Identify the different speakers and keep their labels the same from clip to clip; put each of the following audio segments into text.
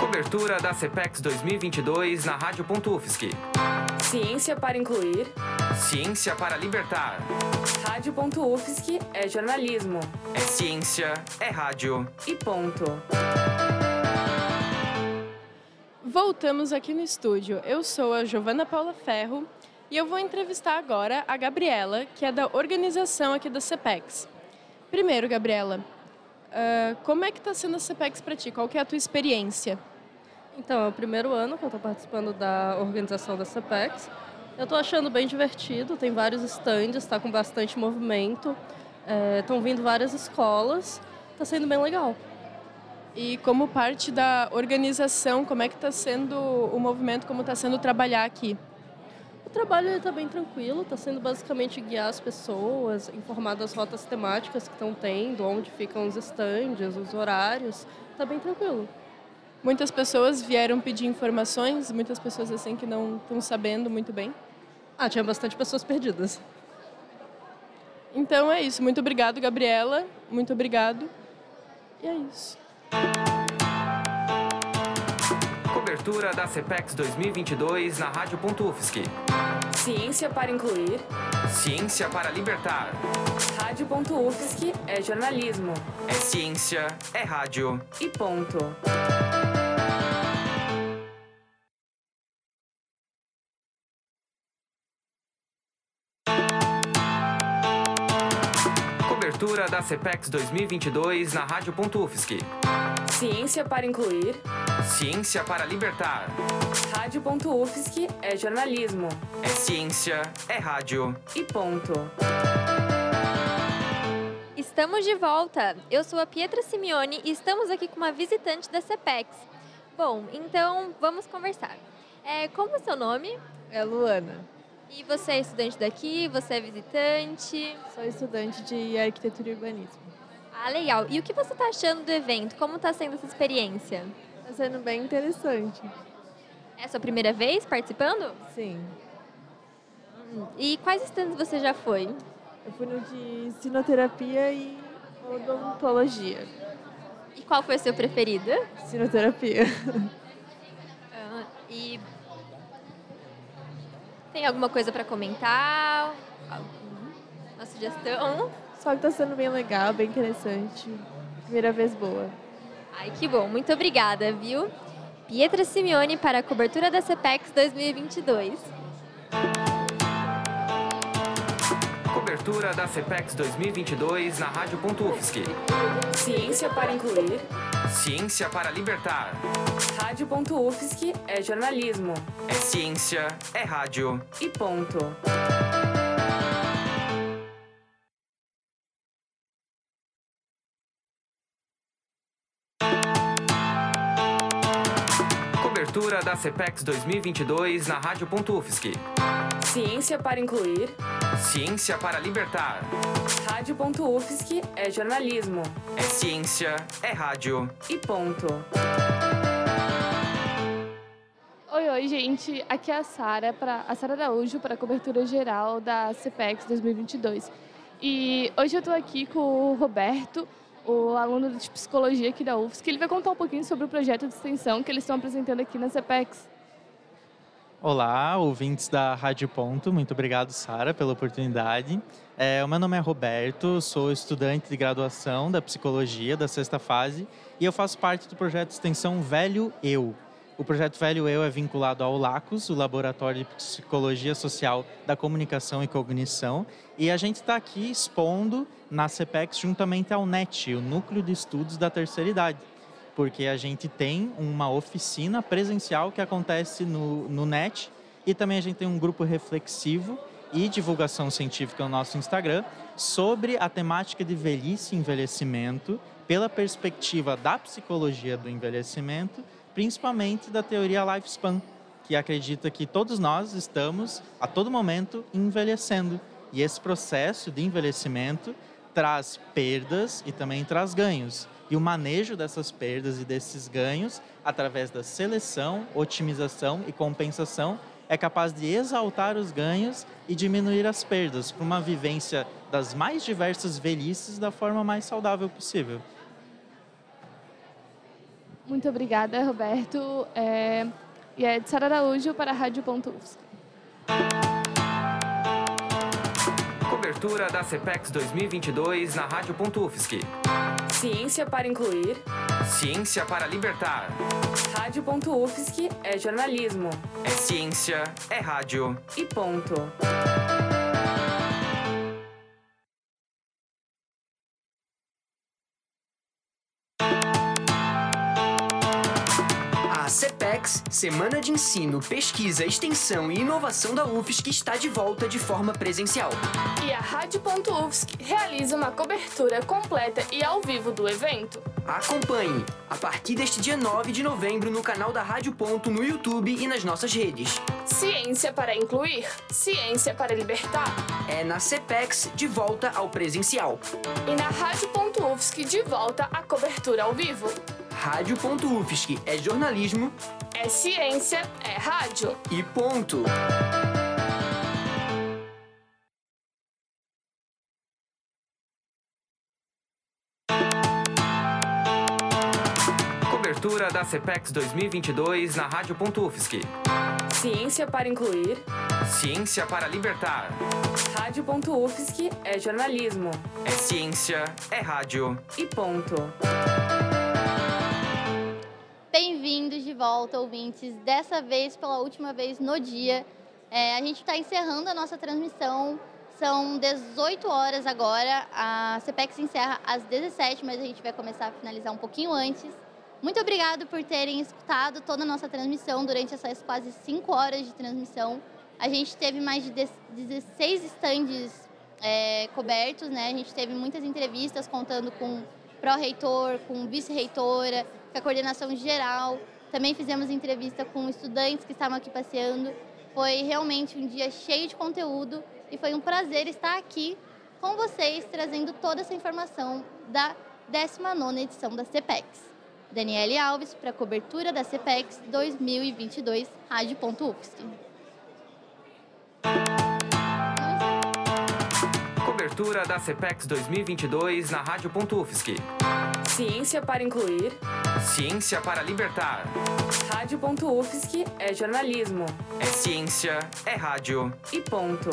Speaker 1: Cobertura da CPEX 2022 na Rádio Ufsc.
Speaker 2: Ciência para incluir.
Speaker 1: Ciência para libertar.
Speaker 2: Rádio Ufsc é jornalismo.
Speaker 1: É ciência, é rádio.
Speaker 2: E ponto.
Speaker 3: Voltamos aqui no estúdio. Eu sou a Giovana Paula Ferro e eu vou entrevistar agora a Gabriela, que é da organização aqui da CPEX. Primeiro, Gabriela, uh, como é que está sendo a CPEX para ti? Qual que é a tua experiência?
Speaker 4: Então, é o primeiro ano que eu estou participando da organização da CPEX. Eu estou achando bem divertido, tem vários estandes, está com bastante movimento, estão é, vindo várias escolas, está sendo bem legal.
Speaker 3: E como parte da organização, como é que está sendo o movimento, como está sendo trabalhar aqui?
Speaker 4: O trabalho está bem tranquilo, está sendo basicamente guiar as pessoas, informar das rotas temáticas que estão tendo, onde ficam os estandes, os horários. Está bem tranquilo.
Speaker 3: Muitas pessoas vieram pedir informações, muitas pessoas assim que não estão sabendo muito bem.
Speaker 4: Ah, tinha bastante pessoas perdidas.
Speaker 3: Então é isso. Muito obrigado, Gabriela. Muito obrigado. E é isso.
Speaker 1: Cobertura da CPEX 2022 na Rádio Ufsc.
Speaker 2: Ciência para incluir.
Speaker 1: Ciência para libertar.
Speaker 2: Rádio Ufsc é jornalismo.
Speaker 1: É ciência, é rádio.
Speaker 2: E ponto.
Speaker 1: Cobertura da CPEX 2022 na Rádio Ufsc.
Speaker 2: Ciência para incluir.
Speaker 1: Ciência para libertar.
Speaker 2: Rádio Ufsc é jornalismo.
Speaker 1: É ciência, é rádio.
Speaker 2: E ponto.
Speaker 5: Estamos de volta. Eu sou a Pietra Simeone e estamos aqui com uma visitante da CPEX. Bom, então vamos conversar. É, como é seu nome?
Speaker 6: É Luana.
Speaker 5: E você é estudante daqui? Você é visitante?
Speaker 6: Sou estudante de arquitetura e urbanismo.
Speaker 5: Ah, legal. E o que você está achando do evento? Como está sendo essa experiência?
Speaker 6: Está Tá sendo bem interessante.
Speaker 5: É a sua primeira vez participando?
Speaker 6: Sim.
Speaker 5: Hum, e quais estandes você já foi?
Speaker 6: Eu fui no de sinoterapia e odontologia.
Speaker 5: E qual foi a sua preferida?
Speaker 6: Sinoterapia.
Speaker 5: Ah, e tem alguma coisa para comentar? Uma sugestão?
Speaker 6: Só que tá sendo bem legal, bem interessante. Primeira vez boa.
Speaker 5: Ai, que bom. Muito obrigada, viu? Pietra Simeone para a cobertura da CPEX 2022.
Speaker 1: Cobertura da CPEX 2022 na Rádio Ufsc.
Speaker 2: Ciência para incluir.
Speaker 1: Ciência para libertar.
Speaker 2: Rádio Ufsc é jornalismo.
Speaker 1: É ciência, é rádio.
Speaker 2: E ponto.
Speaker 1: Cobertura da CPEX 2022 na Rádio Ufsc.
Speaker 2: Ciência para incluir.
Speaker 1: Ciência para libertar.
Speaker 2: Rádio Ufsc é jornalismo.
Speaker 1: É ciência, é rádio.
Speaker 2: E ponto.
Speaker 3: 哦
Speaker 7: Oi, oi, gente. Aqui é a Sara, a Sara Araújo, para a cobertura geral da CPEX 2022. E hoje eu estou aqui com o Roberto, o aluno de psicologia aqui da UFSC. Ele vai contar um pouquinho sobre o projeto de extensão que eles estão apresentando aqui na CPEX.
Speaker 8: Olá, ouvintes da Rádio Ponto. Muito obrigado, Sara, pela oportunidade. É, o meu nome é Roberto, sou estudante de graduação da psicologia da sexta fase e eu faço parte do projeto de extensão Velho Eu. O projeto Velho Eu é vinculado ao LACOS, o Laboratório de Psicologia Social da Comunicação e Cognição, e a gente está aqui expondo na CPEX juntamente ao NET, o Núcleo de Estudos da Terceira Idade, porque a gente tem uma oficina presencial que acontece no, no NET e também a gente tem um grupo reflexivo e divulgação científica no nosso Instagram sobre a temática de velhice e envelhecimento pela perspectiva da psicologia do envelhecimento principalmente da teoria lifespan, que acredita que todos nós estamos a todo momento envelhecendo. E esse processo de envelhecimento traz perdas e também traz ganhos. E o manejo dessas perdas e desses ganhos, através da seleção, otimização e compensação, é capaz de exaltar os ganhos e diminuir as perdas para uma vivência das mais diversas velhices da forma mais saudável possível.
Speaker 7: Muito obrigada, Roberto. É, e é de Sara Araújo para a Rádio.UFSC.
Speaker 1: Cobertura da CPEX 2022 na Rádio.UFSC.
Speaker 2: Ciência para incluir.
Speaker 1: Ciência para libertar.
Speaker 2: Rádio.UFSC é jornalismo.
Speaker 1: É ciência, é rádio.
Speaker 2: E ponto.
Speaker 9: A CPEX, Semana de Ensino, Pesquisa, Extensão e Inovação da UFSC, está de volta de forma presencial.
Speaker 10: E a Rádio.UFSC realiza uma cobertura completa e ao vivo do evento.
Speaker 9: Acompanhe a partir deste dia 9 de novembro no canal da Rádio Ponto no YouTube e nas nossas redes.
Speaker 10: Ciência para incluir, ciência para libertar.
Speaker 9: É na CPEX de volta ao presencial.
Speaker 10: E na Rádio.UFSC de volta a cobertura ao vivo.
Speaker 9: Rádio Ponto UFSC é jornalismo
Speaker 10: É ciência, é rádio.
Speaker 9: e ponto.
Speaker 1: Cobertura da CPEX 2022 na Rádio.UFSC.
Speaker 2: Ciência para incluir.
Speaker 1: Ciência para libertar.
Speaker 2: Rádio.UFSC é jornalismo.
Speaker 1: É ciência, é rádio.
Speaker 2: E ponto.
Speaker 11: Bem-vindos de volta, ouvintes. Dessa vez, pela última vez no dia. É, a gente está encerrando a nossa transmissão. São 18 horas agora. A CPEX encerra às 17, mas a gente vai começar a finalizar um pouquinho antes. Muito obrigado por terem escutado toda a nossa transmissão durante essas quase 5 horas de transmissão. A gente teve mais de 10 16 estandes é, cobertos, né? A gente teve muitas entrevistas contando com pró-reitor, com vice-reitora, com a coordenação geral. Também fizemos entrevista com estudantes que estavam aqui passeando. Foi realmente um dia cheio de conteúdo e foi um prazer estar aqui com vocês, trazendo toda essa informação da 19ª edição da CPEX. Daniele Alves, para a cobertura da CPEX 2022, rádio.ufsc.
Speaker 1: Cobertura da CPEX 2022 na Rádio.UFSC.
Speaker 2: Ciência para incluir.
Speaker 1: Ciência para libertar.
Speaker 2: Rádio.UFSC é jornalismo.
Speaker 1: É ciência, é rádio.
Speaker 2: E ponto.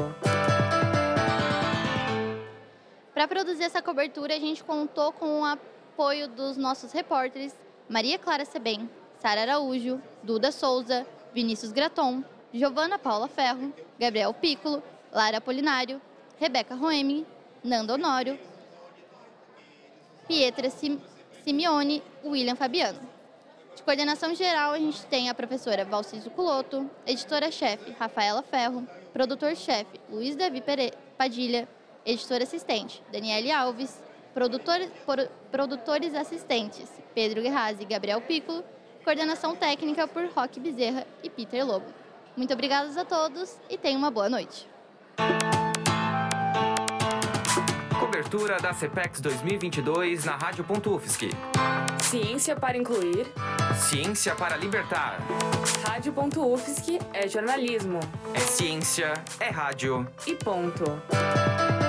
Speaker 11: Para produzir essa cobertura, a gente contou com o apoio dos nossos repórteres Maria Clara Sebem, Sara Araújo, Duda Souza, Vinícius Graton, Giovana Paula Ferro, Gabriel Piccolo, Lara Polinário, Rebeca Roeming, Nando Honório, Pietra Sim- Simeone, William Fabiano. De coordenação geral, a gente tem a professora Valciso Culoto, editora-chefe Rafaela Ferro, produtor-chefe Luiz Davi Pere- Padilha, editora assistente Daniele Alves, produtor- por- produtores assistentes Pedro Guerrazi e Gabriel Piccolo, coordenação técnica por Roque Bezerra e Peter Lobo. Muito obrigada a todos e tenham uma boa noite.
Speaker 1: Cobertura da CPEX 2022 na Rádio.UFSC.
Speaker 2: Ciência para incluir.
Speaker 1: Ciência para libertar.
Speaker 2: Rádio.UFSC é jornalismo.
Speaker 1: É ciência, é rádio.
Speaker 2: E ponto.